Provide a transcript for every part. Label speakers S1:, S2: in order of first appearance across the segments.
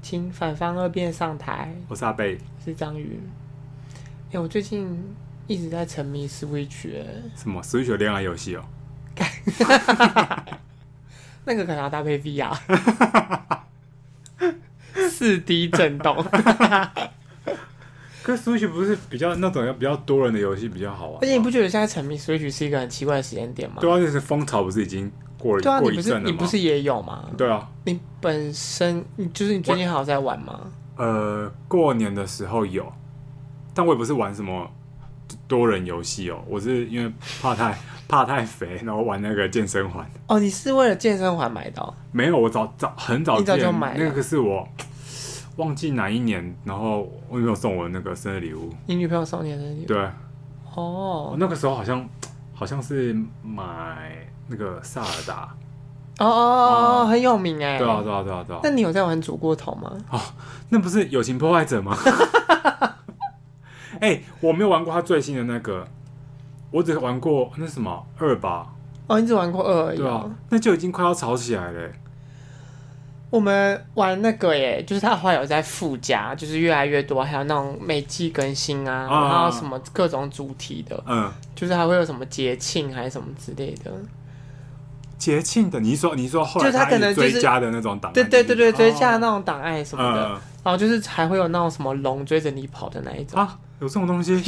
S1: 请反方二辩上台，
S2: 我是阿贝，
S1: 我是章鱼。哎、我最近一直在沉迷 Switch，欸、
S2: 什么 Switch 有恋爱游戏哦？
S1: 那个可能要搭配 VR，四 D 震动，
S2: 可是 Switch 不是比较那种要比较多人的游戏比较好玩吗？
S1: 而且你不觉得现在沉迷 Switch 是一个很奇怪的时间点吗？
S2: 对啊，就是风潮不是已经过了、
S1: 对啊，
S2: 过
S1: 你
S2: 一
S1: 不是
S2: 阵了
S1: 你
S2: 吗？
S1: 不是也有吗？
S2: 对啊，
S1: 你本身你就是你最近还有在玩吗？
S2: 呃，过年的时候有，但我也不是玩什么多人游戏哦，我是因为怕太 怕太肥，然后玩那个健身环。
S1: 哦，你是为了健身环买的、哦？
S2: 没有，我早早很早
S1: 一早
S2: 之前
S1: 就买了
S2: 那个是我忘记哪一年，然后我女朋友送我那个生日礼物，
S1: 你女朋友送你的生日礼物？
S2: 对，啊我
S1: 哦
S2: 那个时候好像好像是买那个萨尔达，
S1: 哦哦哦，
S2: 哦
S1: 很有名哎。
S2: 对啊对啊对啊对啊
S1: 那，你有在玩煮过头吗？
S2: 那不是友情破坏者吗？ 哎、我没有玩过他最新的那个，我只玩过那什么二吧，
S1: 哦，你只玩过二而已、
S2: 对
S1: 哦。
S2: 啊，那就已经快要吵起来了、欸
S1: 我们玩那个耶，就是它后来有在附加，就是越来越多，还有那种每季更新啊，
S2: 啊
S1: 然后什么各种主题的，
S2: 嗯，
S1: 就是还会有什么节庆还是什么之类的。
S2: 节庆的，你是说你是说后来
S1: 就是他
S2: 他
S1: 可能
S2: 一直追
S1: 就是
S2: 加的那种档案，
S1: 对对对对，追加
S2: 的
S1: 那种档案什么的，
S2: 嗯
S1: 然后就是还会有那种什么龙追着你跑的那一种。
S2: 啊，有这种东西，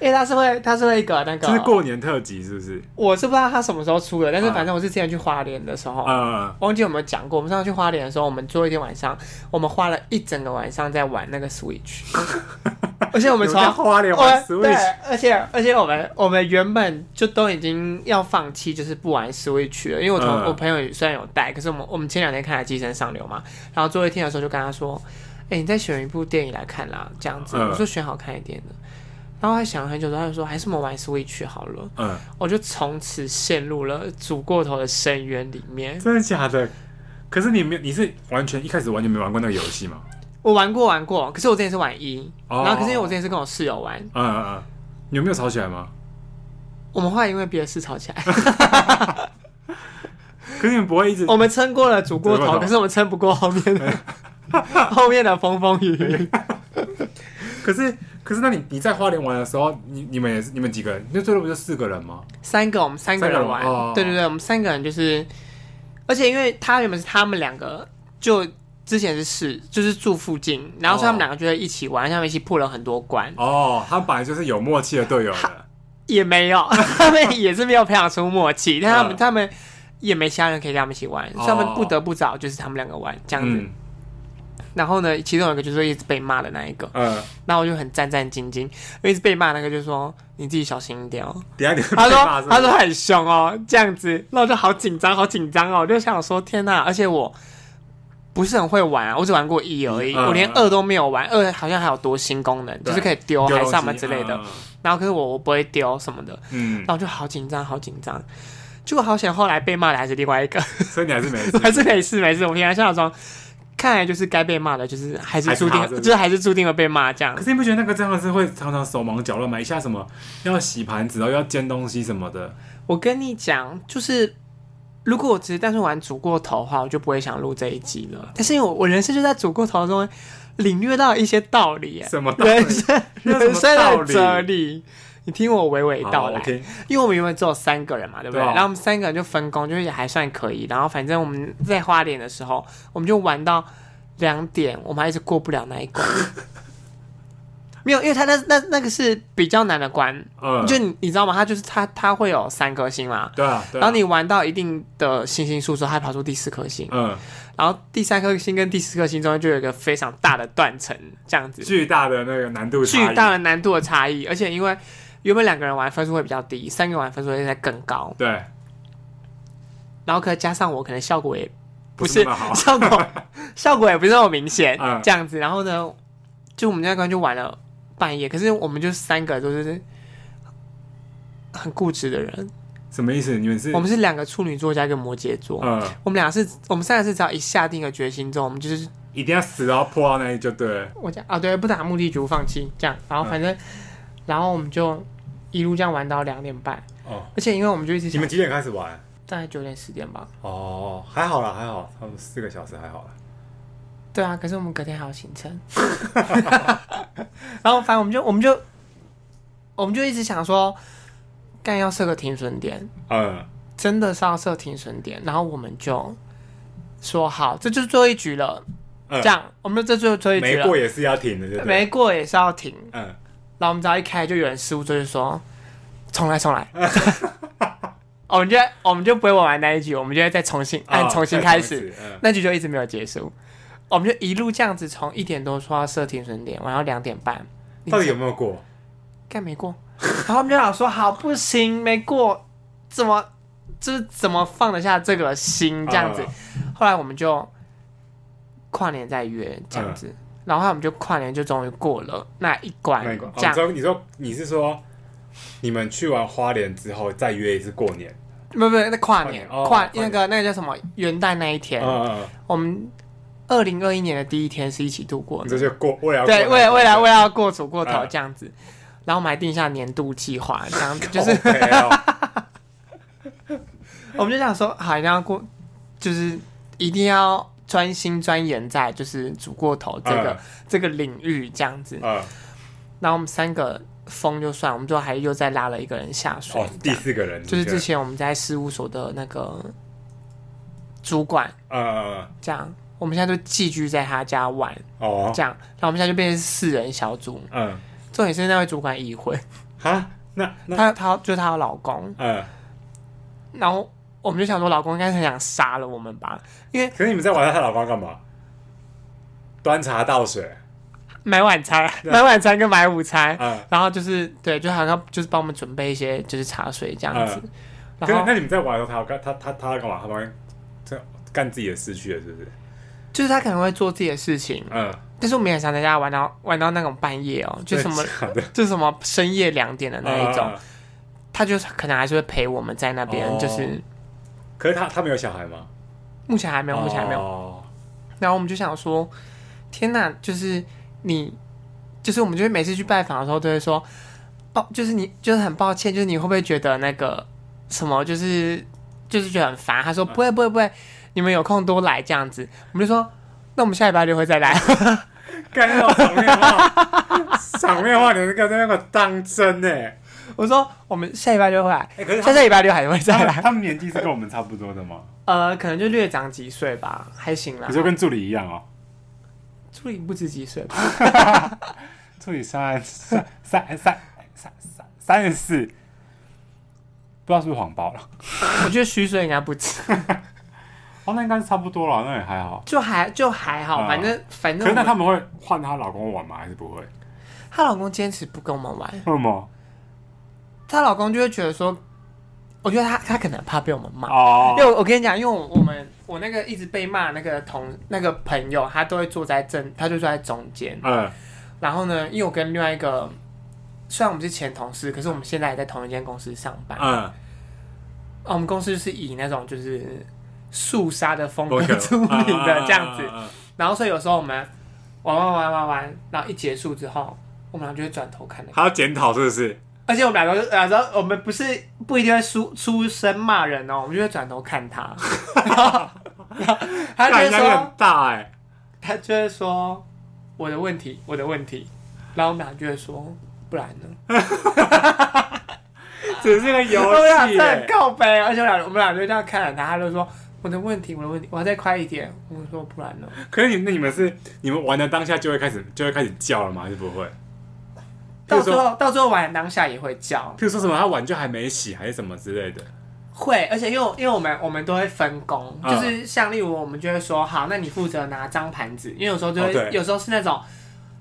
S1: 因为它是会，它是会一个那
S2: 这是
S1: 个，
S2: 过年特辑是不是？
S1: 我是不知道它什么时候出的，但是
S2: 啊
S1: 反正我是之前去花莲的时候，
S2: 呃，
S1: 忘记有没有讲过，我们上次去花莲的时候，我们做一天晚上，我们花了一整个晚上在玩那个 Switch，而且我
S2: 我
S1: 们从
S2: 在花莲
S1: 我
S2: 玩
S1: 们对
S2: Switch，，
S1: 而且而且我们我们原本就都已经要放弃，就是不玩 Switch 了，因为我同、
S2: 嗯
S1: 我朋友虽然有带，可是我们我们前两天看了《寄生上流》嘛，然后最后一天的时候就跟他说，哎、你再选一部电影来看啦，这样子，
S2: 嗯
S1: 我说选好看一点的，然后他想了很久之后，他就说还是我们玩 Switch 好了，
S2: 嗯，
S1: 我就从此陷入了煮过头的深渊里面。
S2: 真的假的？可是你没有，你是完全一开始完全没玩过那个游戏吗？
S1: 我玩过玩过，可是我之前是玩一、
S2: 哦
S1: 然后可是因为我之前是跟我室友玩，
S2: 嗯嗯嗯，你有没有吵起来吗？
S1: 我们后来因为别的事吵起来，
S2: 可是你们不会一直
S1: 我们撑过了煮过
S2: 煮过
S1: 头，
S2: 头
S1: 可是我们撑不过后面 的后面的风风雨雨。
S2: 可是可是，那你你在花莲玩的时候，你你们也是你们几个人？那最多不就四个人吗？
S1: 三个我们三个人玩，
S2: 三个人玩哦
S1: 对对对，我们三个人就是，而且因为他原本是他们两个就。之前是是就是住附近，然后所以他们
S2: 哦
S1: 两个就会一起玩，他们一起破了很多关，
S2: 哦，他们本来就是有默契的队友的。
S1: 也没 有，他们也是没有培养出默契，但他们、
S2: 嗯
S1: 他们也没其他人可以跟他们一起玩，所以他们
S2: 哦
S1: 不得不找就是他们两个玩这样子。
S2: 嗯
S1: 然后呢，其中有一个就是一直被骂的那一个，
S2: 呃，
S1: 然后我就很战战兢兢，因为一直被骂那个就说你自己小心一点哦。
S2: 等一下你会
S1: 他
S2: 被骂
S1: 说
S2: 是不
S1: 他
S2: 是
S1: 说很凶哦，这样子，那我就好紧张，好紧张哦，我就想说天呐，而且我不是很会玩啊，我只玩过一而已，
S2: 嗯
S1: 我连二都没有玩，二好像还有多新功能，就
S2: 对
S1: 是可以丢
S2: 丢
S1: 还是
S2: 东西啊
S1: 什么之类的。。然后可是我我不会丢什么的，
S2: 嗯，
S1: 然后我就好紧张，好紧张。结果好险，后来被骂的还是另外一个， 。
S2: 嗯所以你还是没事
S1: 还是没事没事，我平常下装，看来就是该被骂的，就是还是
S2: 还是
S1: 注定，
S2: 他是不是
S1: 就是还是注定了被骂这样
S2: 可。是你不觉得那个真的是会常常手忙脚乱吗？一下什么要洗盘子，然后要煎东西什么的。
S1: 我跟你讲，就是如果我只是单纯玩煮过头的话，我就不会想录这一集了。但是因为我我人生就在煮过头中领略到一些道理耶，
S2: 什么道理
S1: 人生
S2: 那什
S1: 人
S2: 么
S1: 生
S2: 道
S1: 的
S2: 理
S1: 哲理。你听我娓娓道
S2: 好
S1: 来，
S2: 哦，OK，
S1: 因为我们原本只有三个人嘛，对不对？
S2: 对啊
S1: 然后我们三个人就分工，就是也还算可以。然后反正我们在花莲的时候，我们就玩到两点，我们还一直过不了那一关。 没有，因为他那那那个是比较难的关，
S2: 嗯，
S1: 就你你知道吗？他就是他他会有三颗星嘛，
S2: 对啊，对啊
S1: 然后你玩到一定的星星数之后，它会跑出第四颗星，
S2: 嗯，
S1: 然后第三颗星跟第四颗星中间就有一个非常大的断层，这样子
S2: 巨大的那个难度差异，
S1: 巨大的难度的差异，而且因为原本两个人玩分数会比较低，三个人玩分数会再更高，
S2: 对，
S1: 然后可能加上我可能效果 也不
S2: 不
S1: 是
S2: 是那么好
S1: 效果效果也不是那么明显，
S2: 嗯
S1: 这样子，然后呢，就我们那关就玩了半夜，可是我们就三个都是很固执的人，
S2: 什么意思？你们是
S1: 我们是两个处女座加一个摩羯座，
S2: 嗯，
S1: 我们俩是，我们三个是只要一下定了决心之后，我们就是
S2: 一定要死到破到那里就对了。
S1: 我讲啊，对，不打目的就放弃这样，然后反
S2: 嗯
S1: 正，然后我们就一路这样玩到两点半，
S2: 哦，
S1: 而且因为我们就一直
S2: 你
S1: 想
S2: 们几点开始玩？
S1: 大概九点十点吧，
S2: 哦，还好啦，还好，差不多四个小时还好啦。
S1: 对啊，可是我们隔天还有行程， 然后反正我们就我们就我们就一直想说，干要设个停损点，
S2: 呃，
S1: 真的是要设停损点，然后我们就说好，这就是最后一局了，
S2: 嗯
S1: 这样我们就这最后最后一局
S2: 没
S1: 了，
S2: 过也是要停的，对不对？
S1: 没过也是要停，
S2: 嗯，
S1: 然后我们只要一开就有人失误，就是说重来 重来，哦我们就我们就不会玩完那一局，我们就会再重新按
S2: 哦
S1: 重新
S2: 再
S1: 开始，，
S2: 嗯，
S1: 那局就一直没有结束，哦我们就一路这样子从一点多说到设停损点，玩到两点半，
S2: 到底有没有过？
S1: 干没过，然后我们就想说好不行，没过怎么就是怎么放得下这个心这
S2: 啊
S1: 样子，后来我们就跨年再约这样子，然后我们就跨年就终于过了那一关，
S2: 啊那个，哦
S1: 哎这样
S2: 你说你说你是说你们去完花莲之后再约一次过年？
S1: 不不，那跨年
S2: 跨年哦
S1: 跨
S2: 跨
S1: 那
S2: 年
S1: 个那个叫什么元旦那一天，
S2: 嗯，
S1: 我们二零二一年的第一天是一起度过
S2: 你
S1: 的
S2: 这，就过为了要
S1: 对，
S2: 过
S1: 为
S2: 年
S1: 了为了为了要过主过头
S2: 嗯
S1: 这样子，然后我们还定下年度计划这 样子，就是
S2: 靠北哦
S1: 我们就想说，好，一定要过，就是一定要专心钻研在就是主过头这个、
S2: 嗯
S1: 这个领域这样子。
S2: 嗯，
S1: 然后我们三个疯就算，我们最后还又再拉了一个人下水，
S2: 哦，
S1: 这
S2: 第
S1: 样
S2: 四个人
S1: 就是之
S2: 这些，
S1: 前我们在事务所的那个主管
S2: 嗯嗯
S1: 这样。我们现在就寄居在他家玩，
S2: 嗯哦，
S1: 这样，然后我们现在就变成四人小组。
S2: 嗯，
S1: 重点是那位主管已婚，
S2: 哈，那那
S1: 她她就是她的老公，
S2: 嗯，
S1: 然后我们就想说，老公应该是很想杀了我们吧，因为
S2: 可是你们在玩她老公干嘛？端茶倒水，
S1: 买晚餐，
S2: 对
S1: 买晚餐跟买午餐，
S2: 嗯，
S1: 然后就是对，就好像就是帮我们准备一些就是茶水这样子。
S2: 嗯可是
S1: 然后
S2: 那你们在玩的时候，他他他他干嘛？他们这干自己的事去了，是不是？
S1: 就是他可能会做自己的事情，
S2: 嗯，
S1: 但是我们也常在家玩到玩到那种半夜哦，就什 么
S2: 真的假的
S1: 就什么深夜两点的那一种，
S2: 嗯嗯嗯
S1: 他就是可能还是会陪我们在那边，
S2: 哦
S1: 就是
S2: 可是他他没有小孩吗？哦
S1: 目前还没有，目前还没有。
S2: 有。
S1: 然后我们就想说，天哪，就是你，就是我们就会每次去拜访的时候都会说，抱，就是你，就是很抱歉，就是你会不会觉得那个什么，就是就是觉得很烦？他说不会不会不会，你们有空多来这样子。我们就说，那我们下礼拜六会再来。
S2: 干那种场面话，场面话你是跟那个当真呢？
S1: 我说我们下礼拜六会来，
S2: 哎，可是
S1: 下
S2: 他
S1: 下礼拜六还会再
S2: 们
S1: 来。
S2: 他们年纪是跟我们差不多的吗？
S1: 呃，可能就略长几岁吧，还行啦
S2: 你。说跟助理一样哦，
S1: 助理不止几岁 吧？
S2: 助理三三三三三三三十四，不知道是不是谎报了。
S1: 我觉得虚岁应该不止，
S2: 哦，那应该是差不多了，那也还好。
S1: 就还就还好，
S2: 啊
S1: 反正反
S2: 可
S1: 正
S2: 是那
S1: 我
S2: 他们会换她老公玩吗？还是不会？为
S1: 她老公坚持不跟我们玩。
S2: 什么？
S1: 她老公就会觉得说，我觉得她她可能怕被我们骂，因
S2: 哦，
S1: 为我我跟你讲，因为我我们我那个一直被骂那个同那个朋友，他都会坐在正，他就坐在中间。
S2: 嗯
S1: 然后呢，因为我跟另外一个，虽然我们是前同事，可是我们现在也在同一间公司上班。啊，
S2: 嗯，
S1: 我们公司是以那种就是肃杀的风格
S2: 我可
S1: 出名的这样子，，
S2: 嗯嗯嗯嗯
S1: 然后所以有时候我们玩玩玩玩玩，然后一结束之后，我们俩就会转头看那个。
S2: 还要检讨是不是？
S1: 而且我们两个，呃然后我们不是不一定会出出声骂人哦，我们就会转头看 他，然后然后他就会
S2: 干压力
S1: 说，
S2: 很大哎，
S1: 他就会说我的问题，我的问题，然后我们俩就会说，不然呢？
S2: 只是个
S1: 我们俩
S2: 游戏
S1: 在
S2: 欸
S1: 很。告白，而且我们俩我们俩就这样看着他，他就说我的问题，我的问题，我要再快一点，我们说不然呢？
S2: 可是你那你们是你们玩的当下就会开始就会开始叫了吗？还是不会？譬
S1: 到
S2: 如
S1: 最
S2: 说，
S1: 后到最后晚当下也会叫，
S2: 譬如说什么他碗就还没洗还是什么之类的，
S1: 会，而且因为我因为我们我们都会分工，
S2: 嗯
S1: 就是像例如我们就会说，好，那你负责拿脏盘子，因为有时候就
S2: 哦
S1: 会、
S2: 对
S1: 有时候是那种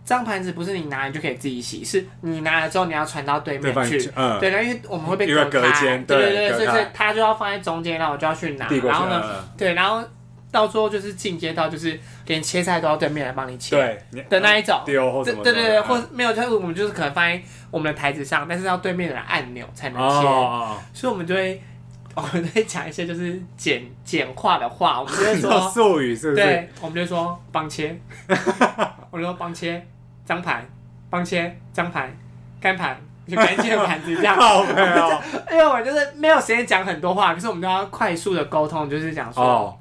S1: 脏盘子不是你拿你就可以自己洗，是你拿了之后你要传到对
S2: 对
S1: 面
S2: 方
S1: 去。
S2: 嗯，
S1: 对，然后因为我们会被
S2: 有个隔
S1: 开，
S2: 间
S1: 对
S2: 对
S1: 对
S2: 隔
S1: 对，所以
S2: 开
S1: 所以他就要放在中间，然后我就要去拿，
S2: 递过
S1: 然
S2: 去
S1: 后呢，
S2: 嗯
S1: 对，然后到最后就是进阶到就是连切菜都要对面来帮你切
S2: 对你
S1: 的那一种，
S2: 丢或
S1: 对
S2: 什么
S1: 对
S2: 的，
S1: 对对，
S2: 嗯
S1: 或是没有，就是我们就是可能放在我们的台子上，但是要对面的人按钮才能
S2: 哦
S1: 切。
S2: 哦，
S1: 所以我们就会， 我们就会讲一些就是简简化的话，我们就
S2: 哦
S1: 会
S2: 你说
S1: 说，
S2: 术语是不是？
S1: 对，我们就会说帮切， 我们说帮切张盘，帮切张盘，干盘就干净的盘子 这样。
S2: 靠没有
S1: 因为我们就是没有时间讲很多话，可是我们都要快速的沟通，就是讲说，
S2: 哦，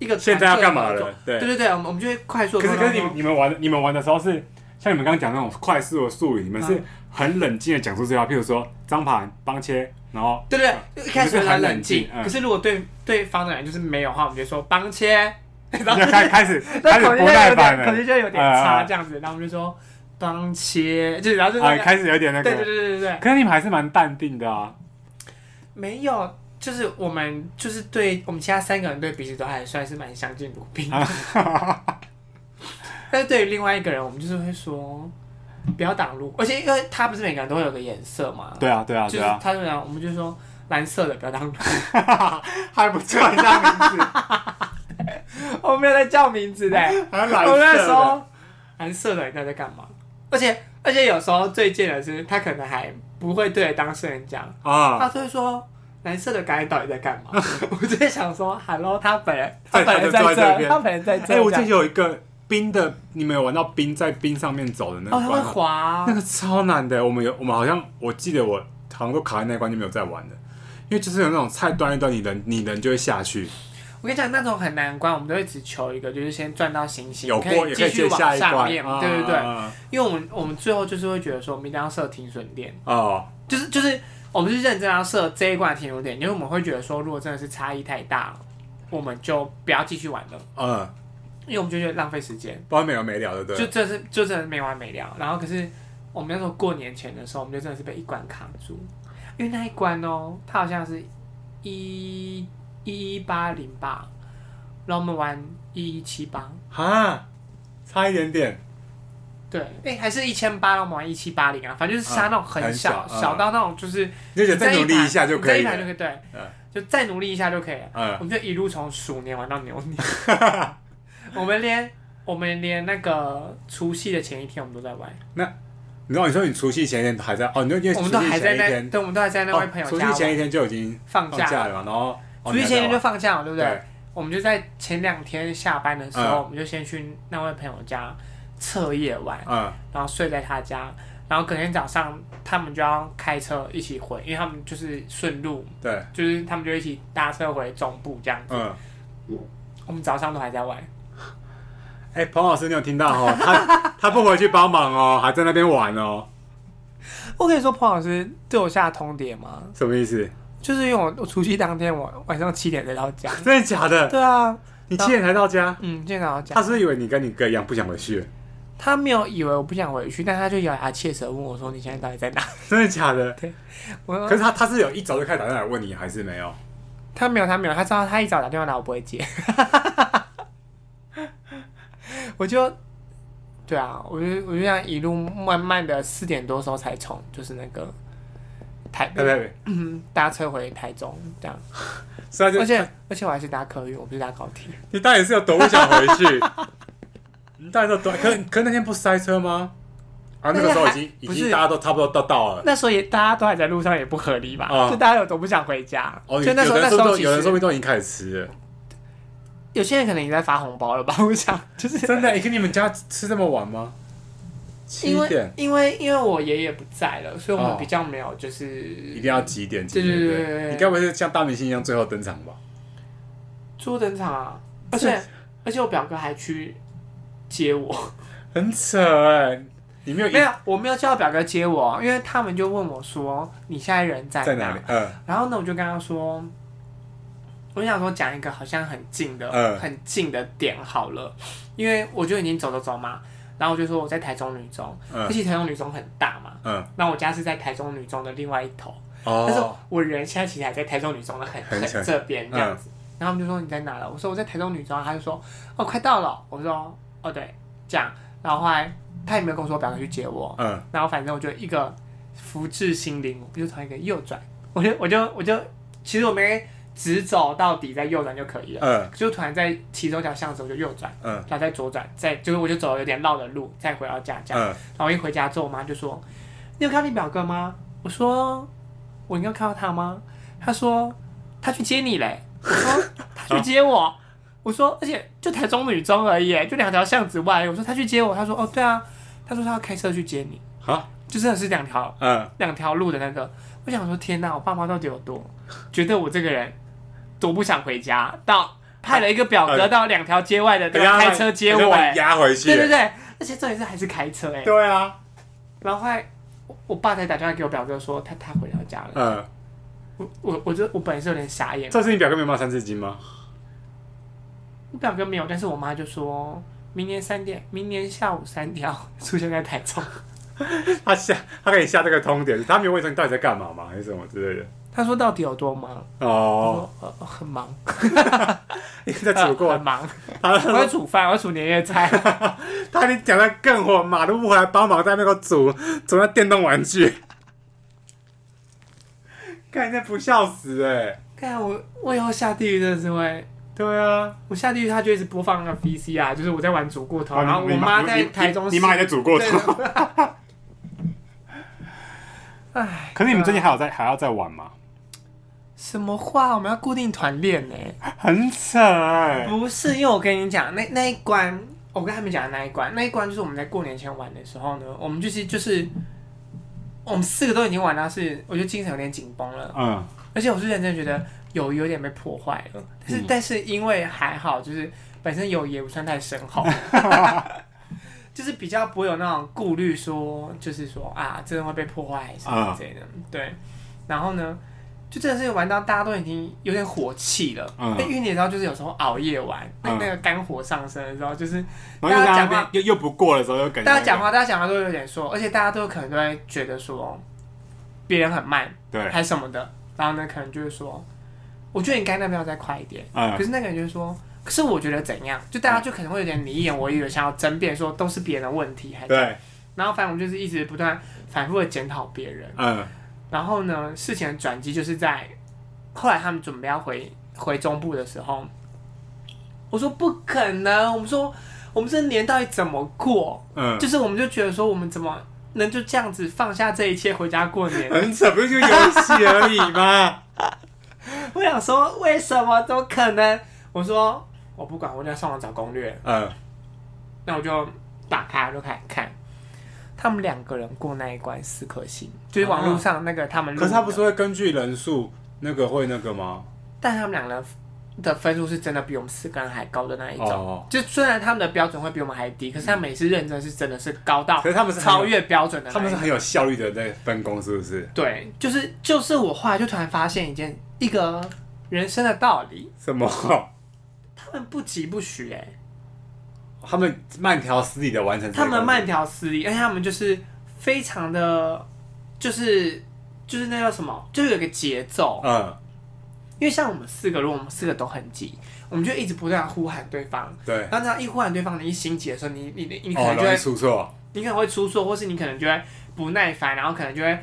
S1: 一个
S2: 现在要干嘛
S1: 团队的
S2: 了
S1: 动作？
S2: 啊对
S1: 对对对，我们我们就会快速
S2: 可
S1: 地
S2: 是
S1: 说。
S2: 可是你
S1: 然后
S2: 们你们玩你们玩的时候是像你们刚刚讲那种快速的术语，你们是
S1: 嗯
S2: 很冷静的讲出这句话，譬如说张盘帮切，然后
S1: 对对对，一开始
S2: 哦你们
S1: 很
S2: 是很
S1: 冷
S2: 冷
S1: 静
S2: 静，嗯
S1: 可是如果对对方的人就是没有的话，我们就说帮切， 然后
S2: 就开开始
S1: 那
S2: 开始
S1: 口
S2: 不
S1: 气就有
S2: 耐烦
S1: 点口气
S2: 了，
S1: 就有点差
S2: 嗯嗯
S1: 这样子，然后我们就说帮切，就是然后就
S2: 啊，
S1: 那个
S2: 开始有点那
S1: 对对对
S2: 个。
S1: 对对对，
S2: 可是你们还是蛮淡定的啊，
S1: 没有，就是我们就是对我们其他三个人对彼此都还算是蛮相敬如宾的，
S2: 啊
S1: 但是对于另外一个人，我们就是会说不要挡路，而且因为他不是每个人都会有个颜色嘛，
S2: 对啊对啊
S1: 就
S2: 对
S1: 是
S2: 啊，
S1: 他就讲我们就说蓝色的不要挡路，
S2: 还不叫人家名字，
S1: 我没有在叫名字的、
S2: 还有
S1: 我那
S2: 蓝
S1: 时
S2: 色的，
S1: 候蓝色的你知道在干嘛？而且而且有时候最贱的是，他可能还不会对当事人讲，他
S2: 啊，
S1: 就会说蓝色的该到底在干嘛？ 我就在想说，Hello，他本人他
S2: 对
S1: 本人
S2: 他就坐在这
S1: 这，
S2: 边
S1: 他本人在这。
S2: 哎，我记
S1: 这样
S2: 得有一个冰的，你们有玩到冰在冰上面走的那
S1: 哦，
S2: 个
S1: 他会
S2: 关吗？
S1: 滑
S2: 那
S1: 啊，
S2: 个超难的，我们有我们好像我记得我好像都卡在那一关就没有再玩了，因为就是有那种菜端一端，你人你人就会下去，
S1: 我跟你讲，那种很难关，我们都会只求一个，就是先赚到星星，
S2: 有过也可
S1: 继
S2: 以
S1: 续
S2: 接下
S1: 往
S2: 一
S1: 上
S2: 关，
S1: 面，
S2: 啊
S1: 对对对。
S2: 啊
S1: 因为我们我们最后就是会觉得说，我们一定要设停损点，
S2: 哦，
S1: 就是就是我们是认真要设这一关的停损点，因为我们会觉得说，如果真的是差异太大了，我们就不要继续玩了，
S2: 嗯，
S1: 因为我们就觉得浪费时间。
S2: 不知道没有没了的，对
S1: 就
S2: 不对，
S1: 真的是就真的是没完没了。然后可是我们那时候过年前的时候，我们就真的是被一关卡住，因为那一关哦，它好像是一一八零吧，然后我们玩一一七八，
S2: 哈，差一点点，
S1: 对，哎、还是一千八，然后我们玩一七八零啊，反正就是杀那种很
S2: 很
S1: 小、
S2: 小嗯
S1: 小到那种就是
S2: 你就觉得
S1: 你这
S2: 再努力
S1: 盘
S2: 一下就可
S1: 你
S2: 以
S1: 这一盘就
S2: 了，
S1: 可以对，
S2: 嗯
S1: 就再努力一下就可以了。我
S2: 嗯，
S1: 们就一路从鼠年玩到牛 年，我们连我们连那个除夕的前一天我们都在玩。
S2: 你知道你说你除夕前一天还在哦，你就因为
S1: 我
S2: 除
S1: 们都
S2: 夕
S1: 还在
S2: 前一
S1: 那，
S2: 天，
S1: 对，我们都还在那位朋
S2: 哦
S1: 友
S2: 除
S1: 家
S2: 夕前一
S1: 玩
S2: 天就已经
S1: 放
S2: 放假
S1: 假，
S2: 了嘛，然后
S1: 除
S2: 哦
S1: 夕前一天就放假了，对
S2: 对
S1: 不对？我们就在前两天下班的时候，
S2: 嗯
S1: 我们就先去那位朋友家彻夜玩，
S2: 嗯，
S1: 然后睡在他家，然后隔天早上他们就要开车一起回，因为他们就是顺路，
S2: 对，
S1: 就是他们就一起搭车回中部这样子。
S2: 嗯。
S1: 我们早上都还在玩，
S2: 哎、彭老师，你有听到哦？ 他他不回去帮忙哦，还在那边玩哦，
S1: 我跟你说，彭老师对我下通牒吗？
S2: 什么意思？
S1: 就是因为我我除夕当天我晚上七点才到家。
S2: 真的假的？
S1: 对啊，
S2: 你七点才到家，
S1: 嗯，今天早上家
S2: 他。是不是以为你跟你哥一样不想回去，
S1: 他没有以为我不想回去，但他就咬牙切齿地问我说：“你现在到底在哪
S2: 真的假的？？”
S1: 我
S2: 可
S1: 说
S2: 是他他是有一早就开始打电话来问你，还是没有？
S1: 他没有，他没有，他知道他一早打电话来，我不会接。 我就对啊，我就我就这样一路慢慢的四点多的时候才从就是那个台
S2: 对不
S1: 北
S2: 对？
S1: 嗯搭车回台中这样，
S2: 所以他
S1: 而
S2: 就
S1: 且而且我还是搭客运，我不是搭高铁。
S2: 你到底是有多不想回去？你到底是有多？可可那天不塞车吗？啊，那个时候已经已
S1: 不是
S2: 经大家都差不多都到了。
S1: 那时候也大家都还在路上，也不合理吧？
S2: 啊
S1: 就大家有多不想回家？
S2: 哦，
S1: 就
S2: 有
S1: 那时候
S2: 有
S1: 那
S2: 人
S1: 时
S2: 说
S1: 候
S2: 都
S1: 其
S2: 有人说
S1: 实
S2: 不定都已经开始吃 了，
S1: 有些人可能也在发红包了吧？我想就是
S2: 真的？你跟你们家吃这么晚吗？七
S1: 因为
S2: 点
S1: 因为因为我爷爷不在了，所以我们
S2: 哦
S1: 比较没有就是
S2: 一定要几点？几
S1: 对
S2: 点？
S1: 对对对对
S2: 你该不会是像大明星一样最后登场吧？
S1: 做登场啊，而且而且我表哥还去接我，
S2: 很扯哎、你没有一
S1: 没有我没有叫我表哥接我，因为他们就问我说你现在人在
S2: 在哪里？嗯
S1: 然后呢我就跟他说，我想说讲一个好像很近的、
S2: 嗯
S1: 很近的点好了，因为我就已经走走走嘛，然后我就说我在台中女中，而
S2: 嗯
S1: 且台中女中很大嘛，
S2: 嗯，
S1: 那我家是在台中女中的另外一头。但是
S2: 哦，
S1: 我人现在其实还在台中女中的很
S2: 很嗯
S1: 很
S2: 近
S1: 这边这样子。然后他们就说你在哪了？我说我在台中女中啊。他就说哦快到了。我说哦对，这样。然后后来他也没有跟我说我表哥去接我。
S2: 嗯，
S1: 然后反正我就一个福至心灵，我就从一个右转，我就我就我就其实我没直走到底，再右转就可以了。
S2: 嗯
S1: 就突然在其中一条巷子我就右转，
S2: 嗯
S1: 然后再左转，再就是我就走了有点绕的路，再回到家这样。
S2: 嗯，
S1: 然后一回家之后，我妈就说：“你有看到你表哥吗？”我说：“我应该看到他吗？”她说：“他去接你嘞。”我说：“他去接我。”我说：“而且就台中女中而已，就两条巷子外。”我说：“他去接我。”她说：“哦，对啊。”她说：“她要开车去接你。
S2: 好，”
S1: 就真的是两条
S2: 嗯，
S1: 两条路的那个。我想说，天哪！我爸妈到底有多觉得我这个人多不想回家，到派了一个表
S2: 呃
S1: 格到两条街外的地方开车接我、
S2: 把
S1: 哎，
S2: 你压回去。欸
S1: 对对对，而且重点是还是开车哎、
S2: 对啊，
S1: 然后后来我我爸才打电话给我表哥说他他回到家了，
S2: 呃，
S1: 我我我就我本来是有点傻眼，
S2: 这次你表哥没有骂三字经吗？
S1: 我表哥没有，但是我妈就说明年三点，明年下午三点要出现在台中。
S2: 他下他给你下这个通牒，他没有问说你到底在干嘛吗，还是什么之类的。
S1: 他说到底有多忙？
S2: 哦，
S1: 我说呃很忙，
S2: 你在煮
S1: 呃
S2: 过
S1: 很，忙。
S2: 他
S1: 我要煮饭，我要煮年夜菜。
S2: 他已经讲的更火，马都不回来帮忙，在那边给我煮煮那电动玩具， 看你这不笑死哎、
S1: 看我我以后下地狱真的是会，
S2: 对啊，
S1: 我下地狱他就一直播放那个 VC 啊，就是我在玩煮过头，然后
S2: 哦你
S1: 我
S2: 你
S1: 妈
S2: 你
S1: 在
S2: 你
S1: 台中，
S2: 你妈也在煮过 头。
S1: 对。哎，
S2: 可是你们最近还有在还要再玩吗？
S1: 什么话？我们要固定团练呢、
S2: 很扯哎、
S1: 不是，因为我跟你讲，那那一关，我跟他们讲的那一关，那一关就是我们在过年前玩的时候呢，我们就是就是我们四个都已经玩到是，我觉得精神有点紧绷了，
S2: 嗯，
S1: 而且我是认真觉得友谊有点被破坏了，但是、
S2: 嗯
S1: 但是因为还好，就是本身友谊也不算太深 厚。就是比较不会有那种顾虑，说就是说啊，真的会被破坏还是什么之类的。
S2: 啊
S1: 对，然后呢，就真的是玩到大家都已经有点火气了。
S2: 嗯
S1: 但因为你也知道，就是有时候熬夜玩，那、
S2: 嗯
S1: 那个肝火上升的时候，就是
S2: 然后又在那
S1: 大家讲
S2: 边
S1: 话
S2: 又又不过的时候，又感觉
S1: 大家讲话，大家讲话都有点说，而且大家都可能都会觉得说别人很慢，
S2: 对，
S1: 还什么的。然后呢，可能就是说，我觉得你该那边要再快一点。可
S2: 嗯
S1: 是那个人就说，可是我觉得怎样？就大家就可能会有点你一言我一语，想要争辩说都是别人的问题，还
S2: 对，
S1: 然后反正我们就是一直不断反复的检讨别人。
S2: 嗯
S1: 然后呢，事情的转机就是在后来他们准备要回回中部的时候，我说不可能，我们说我们这年到底怎么过？
S2: 嗯，
S1: 就是我们就觉得说我们怎么能就这样子放下这一切回家过年？
S2: 很扯，不是就游戏而已吗？
S1: 我想说为什么？怎么可能？我说我不管，我就要上网找攻略。
S2: 嗯，
S1: 那我就打开，我就开始看。他们两个人过那一关四颗星，就是网络上那个他们录的、
S2: 可是他不是会根据人数那个会那个吗？
S1: 但他们两个人的分数是真的比我们四个人还高的那一种。
S2: 哦
S1: 就虽然他们的标准会比我们还低，可是他们也是认真，是真的是高到
S2: 可是他们是很有
S1: 超越标准的那一
S2: 他
S1: 种。
S2: 们是很有效率的在分工，是不是？
S1: 对，就是就是我后来就突然发现一件一个人生的道理，
S2: 什么？
S1: 他们不急不徐哎、
S2: 他们慢条斯理的完成这个
S1: 他
S2: 工作。
S1: 们慢条斯理，而且他们就是非常的，就是就是那叫什么，就是有一个节奏。
S2: 嗯，
S1: 因为像我们四个，如果我们四个都很急，我们就一直不断地呼喊对方。
S2: 对。
S1: 然后这样一呼喊对方，你一心急的时候，你你你你可
S2: 哦，
S1: 能就
S2: 容
S1: 会、
S2: 易出错。
S1: 你可能会出错，或是你可能就会不耐烦，然后可能就会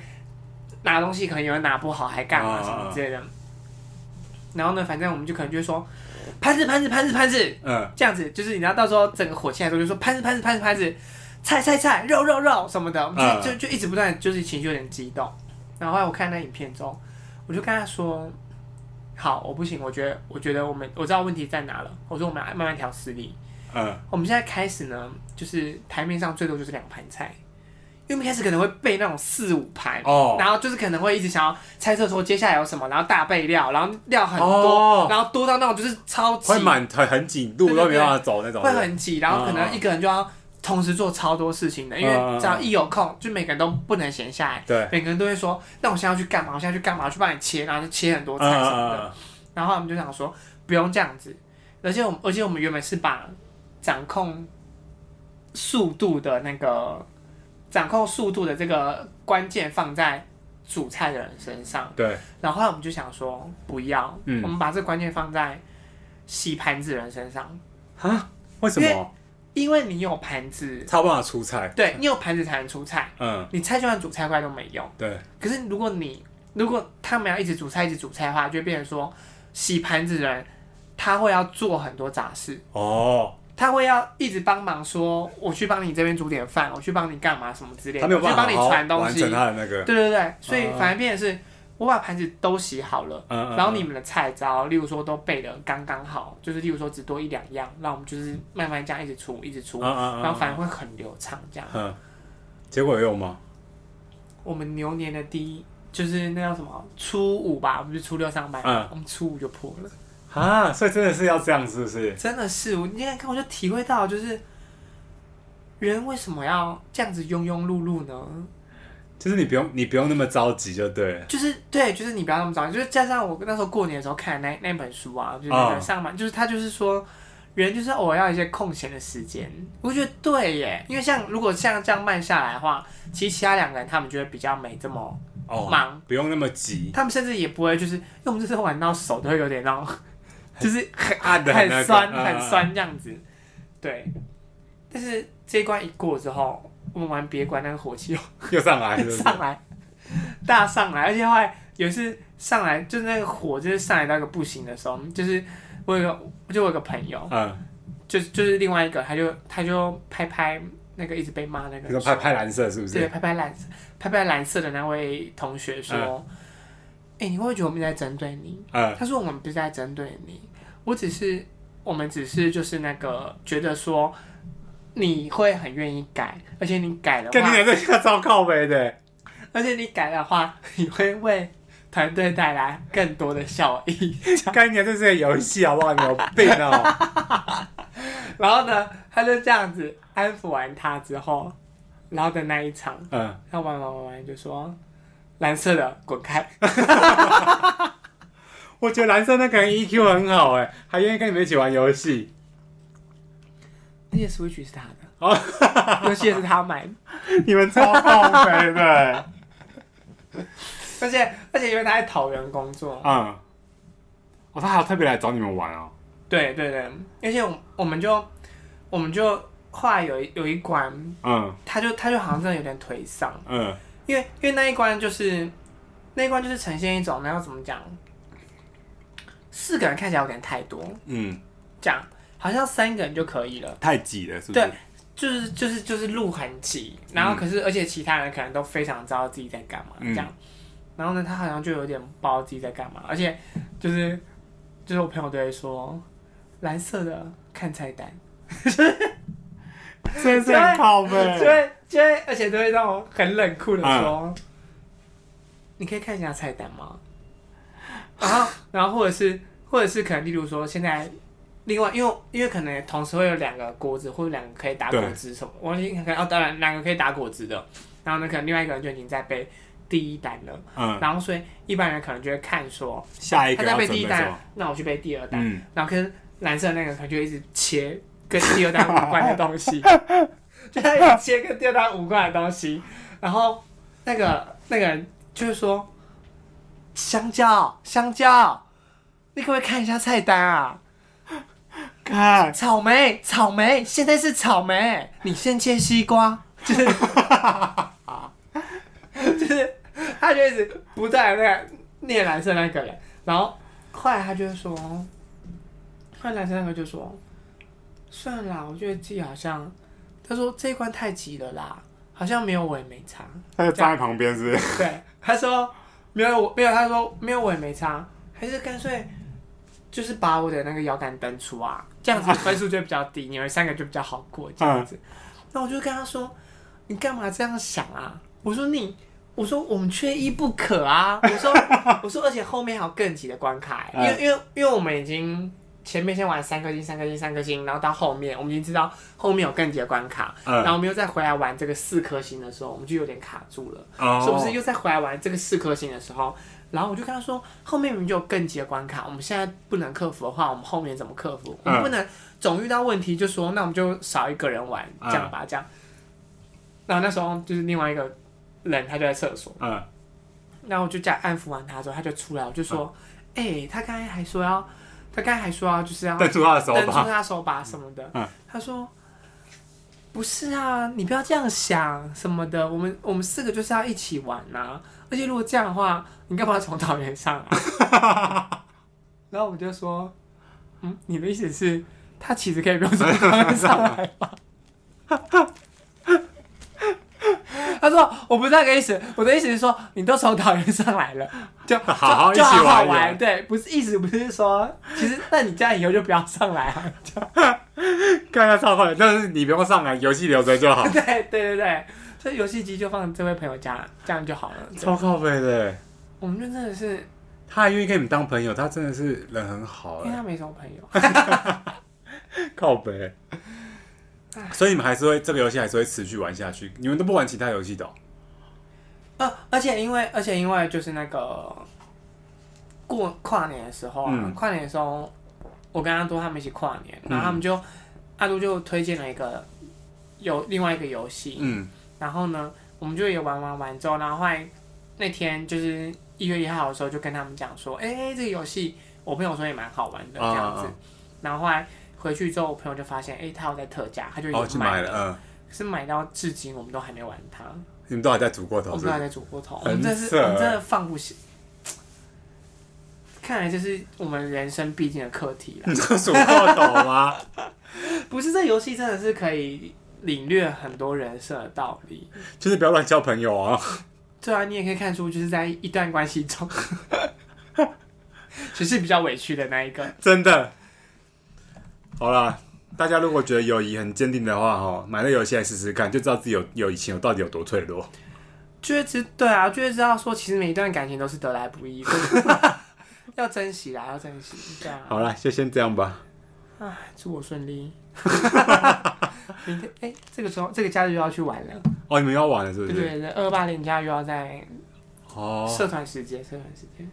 S1: 拿东西可能有人拿不好，还干嘛
S2: 嗯
S1: 什么之类的。然后呢，反正我们就可能就会说潘子潘子潘子潘子，
S2: 嗯，
S1: 这样子，就是你知道到时候整个火气来的时候，就说潘子潘子潘子潘子，菜菜菜肉肉肉什么的，我们就、
S2: 嗯
S1: 就就一直不断，就是情绪有点激动。然后后来我看那影片之后，我就跟他说：“好，我不行，我觉得我觉得我们我知道问题在哪了。我说我们来慢慢调实力。
S2: 嗯，
S1: 我们现在开始呢，就是台面上最多就是两盘菜。”因为我们一开始可能会备那种四五盘，
S2: 哦
S1: 然后就是可能会一直想要猜测说接下来有什么，然后大备料，然后料很多，
S2: 哦
S1: 然后多到那种就是超级
S2: 会满很很紧，路
S1: 对对
S2: 都没办法走那种。
S1: 会很挤，然后可
S2: 嗯
S1: 能一个人就要同时做超多事情的，因为只要一有空，就每个人都不能闲下来，
S2: 对。
S1: 每个人都会说，那我现在要去干嘛？我现在去干嘛？去帮你切，然后就切很多
S2: 嗯
S1: 菜什么的。
S2: 嗯
S1: 然后我们就想说，不用这样子，而且我们而且我们原本是把掌控速度的那个掌控速度的这个关键放在煮菜的人身上。
S2: 嗯对，
S1: 然后后来我们就想说，不要，
S2: 嗯
S1: 我们把这个关键放在洗盘子的人身上，
S2: 啊？为什
S1: 因
S2: 么？
S1: 因为你有盘子，
S2: 他有办法出菜。
S1: 对你有盘子才能出菜，
S2: 嗯，
S1: 你菜就算煮菜过来都没用。
S2: 对，
S1: 可是如果你如果他们要一直煮菜一直煮菜的话，就会变成说洗盘子的人他会要做很多杂事，
S2: 哦，
S1: 他会要一直帮忙说我去帮你这边煮点饭，我去帮你干嘛什么之类的，
S2: 他没有
S1: 我去
S2: 办法
S1: 帮你
S2: 好好
S1: 传东
S2: 完
S1: 西。
S2: 成
S1: 对
S2: 他的那个。
S1: 对对，所以
S2: 嗯
S1: 反而变成是我把盘子都洗好了。
S2: 嗯嗯。
S1: 然后你们的菜招，例如说都备的刚刚好，就是例如说只多一两样，那我们就是慢慢这样一直出，一直
S2: 嗯，
S1: 出，
S2: 嗯嗯嗯。
S1: 然后反而会很流畅这样。
S2: 嗯，结果有吗？
S1: 我们牛年的第一就是那叫什么初五吧，我们就初六上班，
S2: 嗯
S1: 我们初五就破了，
S2: 啊，所以真的是要这样，是不是？
S1: 真的是，我你看，我就体会到，就是人为什么要这样子庸庸碌碌呢？
S2: 就是你不用你不用那么着急就对了。
S1: 就是对，就是你不要那么着急，就是加上我那时候过年的时候看的那那本书啊，就是那个
S2: 哦
S1: 上班，就是他就是说，人就是偶尔要一些空闲的时间，我觉得对耶，因为像如果像这样慢下来的话，其实其他两个人他们就会比较没这么，
S2: 哦，
S1: 忙
S2: 不用那么急，
S1: 他们甚至也不会就是，因为我们这次玩到手都会有点那种，就是很
S2: 按的
S1: 很酸
S2: 那个嗯
S1: 很。酸这样子，对，但是这一关一过之后，我们玩别关那个火气
S2: 嗯又上来是不是？
S1: 上来，大上来，而且后来有一次上来就是那个火，就是上来到一个不行的时候，就是我有一个，就我有个朋友，
S2: 嗯，
S1: 就就是另外一个，他就他就拍拍那个一直被骂那
S2: 你
S1: 个，
S2: 说拍拍蓝色是不
S1: 对，
S2: 是？
S1: 拍拍蓝拍拍蓝色的那位同学说，哎、你会不会觉得我们在针对你？
S2: 嗯，
S1: 他说我们不是在针对你，我只是我们只是就是那个觉得说。你会很愿意改，而且你改的
S2: 跟
S1: 话
S2: 你，俩这个照靠背的，
S1: 而且你改的话，你会为团队带来更多的效益。
S2: 跟你俩这是个游戏好不好？你有病 哦！
S1: 然后呢，他就这样子安抚完他之后，然后的那一场，
S2: 嗯，
S1: 他玩玩玩玩就说：“蓝色的滚开
S2: 我觉得蓝色那个人 EQ 很好哎，还愿意跟你们一起玩游戏。！”
S1: 那些 Switch 是他 的，游戏也是他买的。
S2: 你们超倒霉的。
S1: 而且而且因为他在桃园工作，
S2: 嗯，哦，他还要特别来找你们玩哦。
S1: 对对对，而且我我们就我们就后来有一有一关，
S2: 嗯
S1: 他就他就好像真的有点颓丧，
S2: 嗯，
S1: 因为因为那一关就是那一关就是呈现一种那要怎么讲，四个人看起来有点太多，
S2: 嗯，
S1: 这样好像三个人就可以了。
S2: 太挤了，是不
S1: 对？就是就是就是路很挤，然后可是、而且其他人可能都非常知道自己在干嘛这样，然后呢他好像就有点不知道自己在干嘛，而且就是就是我朋友都会说蓝色的看菜单，
S2: 真是很 靠背。
S1: 就会就会而且都会让我很冷酷的说，
S2: 嗯
S1: 你可以看一下菜单吗？然后 然后或者是或者是可能例如说现在。另外，因为因为可能同时会有两个锅子，或者两个可以打果
S2: 对
S1: 汁什么，我忘记可能哦，当然两个可以打果汁的，然后呢，可能另外一个人就已经在背第一单了，
S2: 嗯，
S1: 然后所以一般人可能就会看说
S2: 下一
S1: 他
S2: 个
S1: 在
S2: 要
S1: 背
S2: 准
S1: 第
S2: 备
S1: 一
S2: 什
S1: 单
S2: 么？，
S1: 那我去背第二单，
S2: 嗯，
S1: 然后跟蓝色那个他就一直切跟第二单无关的东西， 就他一直切跟第二单无关的东西，然后那个那个人就是说香蕉香蕉，你可不可以看一下菜单啊？
S2: 看，
S1: 草莓草莓，现在是草莓，你先切西瓜， 就是就是他就一直不在那个念蓝色那个人，然后后来他就说，后来蓝色那个就说，算啦，我觉得自己好像，他说这一关太急了啦，好像没有我也没差，
S2: 他就站在旁边，是不 是？
S1: 对，他说没有我没有，他说没有我也没差，还是干脆就是把我的那个摇杆登出啊，这样子分数就比较低，你们三个就比较好过这样子。那我就跟他说，你干嘛这样想啊？我说你，我说我们缺一不可啊。我说我说，而且后面还有更急的关卡、欸因为因为因为我们已经。前面先玩三颗星、三颗星、三颗星，然后到后面我们已经知道后面有更急的关卡，然后我们又再回来玩这个四颗星的时候，我们就有点卡住了。
S2: 哦
S1: 是不是又再回来玩这个四颗星的时候，然后我就跟他说，后面我们就有更级的关卡，我们现在不能克服的话，我们后面怎么克服？我们不能总遇到问题就说，那我们就少一个人玩，这样吧，这样。然后那时候就是另外一个人，他就在厕所，
S2: 嗯
S1: 然后我就这样安抚完他之后，他就出来，我就说，哎、他刚才还说要，他刚才还说要就是要
S2: 瞪住他的手
S1: 伸出
S2: 吧。
S1: 他手把什么的。
S2: 嗯
S1: 他说：“不是啊，你不要这样想什么的，我们我们四个就是要一起玩啊。而且如果这样的话，你干嘛从桃园上来？” 然后我就说：“嗯，你的意思是，他其实可以不用从桃园上来吗？” 他说：“我不是那个意思，我的意思是说，你都从桃园上来了，就就
S2: 好好一起
S1: 就好好
S2: 玩
S1: 玩，对，不是意思不是说，其实那你这样以后就不要上来啊。。
S2: 看他超快，但是你不用上来，游戏留着就好
S1: 对对对对，所以游戏机就放这位朋友家，这样就好了。对
S2: 超靠背的，
S1: 我们就真的是
S2: 他还愿意跟你们当朋友，他真的是人很好
S1: 因为
S2: 哎、
S1: 他没什么朋友。
S2: 靠北。所以你们还是会这个游戏还是会持续玩下去，你们都不玩其他游戏的哦、
S1: 呃，而且因为而且因为就是那个过跨年的时候啊，
S2: 嗯
S1: 跨年的时候我跟阿杜他们一起跨年，然后他们就、阿杜就推荐了一个有另外一个游戏，
S2: 嗯
S1: 然后呢我们就也玩玩玩之后，然后后来那天就是一月一号的时候就跟他们讲说，哎、这个游戏我朋友说也蛮好玩的
S2: 啊
S1: 这样子，
S2: 啊
S1: 然后后来回去之后，我朋友就发现，哎、他有在特价，他就
S2: 哦，
S1: 有
S2: 去
S1: 买
S2: 买了，嗯，
S1: 可是买到至今我们都还没玩它。
S2: 你们都还在煮过
S1: 我
S2: 头
S1: 们
S2: 是
S1: 都
S2: 不
S1: 还
S2: 是？
S1: 在煮过头，我
S2: 很
S1: 们真的是，
S2: 色
S1: 我们真的放不下。看来这是我们人生必经的课题了
S2: 你。这个 煮过头吗？
S1: 不是这游戏真的是可以领略很多人生的道理。
S2: 就是不要乱交朋友啊、
S1: 对啊，你也可以看出，就是在一段关系中， 只是比较委屈的那一个。
S2: 真的。好啦，大家如果觉得友谊很坚定的话，哈，买那游戏来试试看，就知道自己有有以前有到底有多脆弱。
S1: 就会知对啊，就会知道说，其实每一段感情都是得来不易， 要珍惜啦，要珍惜。对啊，
S2: 好啦，就先这样吧。
S1: 唉，祝我顺 利。明天哎、这个时候这个假日又要去玩了。
S2: 哦，你们要玩了是不
S1: 对
S2: 是？
S1: 对对，二八年假又要在
S2: 哦，
S1: 社团时间，社团时间。